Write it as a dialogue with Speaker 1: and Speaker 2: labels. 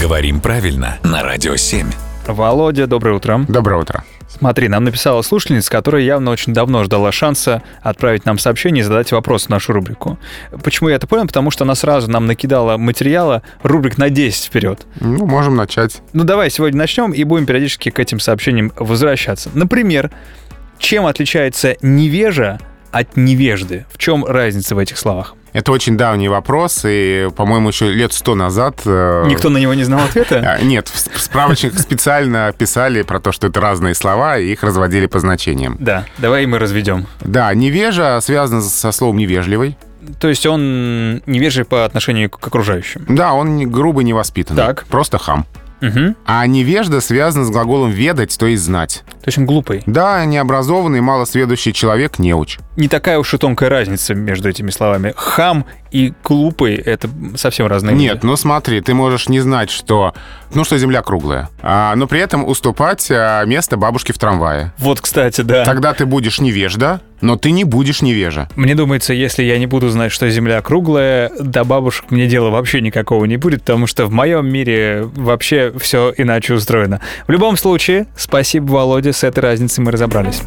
Speaker 1: Говорим правильно на Радио 7.
Speaker 2: Володя, доброе утро.
Speaker 3: Доброе утро.
Speaker 2: Смотри, нам написала слушательница, которая явно очень давно ждала шанса отправить нам сообщение и задать вопрос в нашу рубрику. Почему я это понял? Потому что она сразу нам накидала материала рубрик на 10 вперед.
Speaker 3: Ну, можем начать.
Speaker 2: Ну давай сегодня начнем и будем периодически к этим сообщениям возвращаться. Например, чем отличается невежа от невежды? В чем разница в этих словах?
Speaker 3: Это очень давний вопрос, и, по-моему, еще лет сто назад... э,
Speaker 2: Никто на него не знал ответа?
Speaker 3: а, Нет, в с- в справочниках специально писали про то, что это разные слова, и их разводили по значениям.
Speaker 2: Да, давай мы разведем.
Speaker 3: Да, невежа связано со словом невежливый.
Speaker 2: То есть он невежий по отношению к окружающим.
Speaker 3: Да, он не- грубый, невоспитанный.
Speaker 2: Так.
Speaker 3: Просто хам.
Speaker 2: Мгм.
Speaker 3: А невежда связана с глаголом «ведать», то есть «знать».
Speaker 2: То есть он глупый.
Speaker 3: Да, необразованный, малосведущий человек – неуч.
Speaker 2: Не такая уж и тонкая разница между этими словами. Хам и глупый — это совсем разные
Speaker 3: Нет,
Speaker 2: люди.
Speaker 3: ну смотри, ты можешь не знать, что... Ну, что Земля круглая, а, но при этом уступать а, место бабушке в трамвае.
Speaker 2: Вот, кстати, да.
Speaker 3: Тогда ты будешь невежда, но ты не будешь невежа.
Speaker 2: Мне думается, если я не буду знать, что Земля круглая, до бабушек мне дела вообще никакого не будет, потому что в моем мире вообще все иначе устроено. В любом случае, спасибо, Володя, с этой разницей мы разобрались.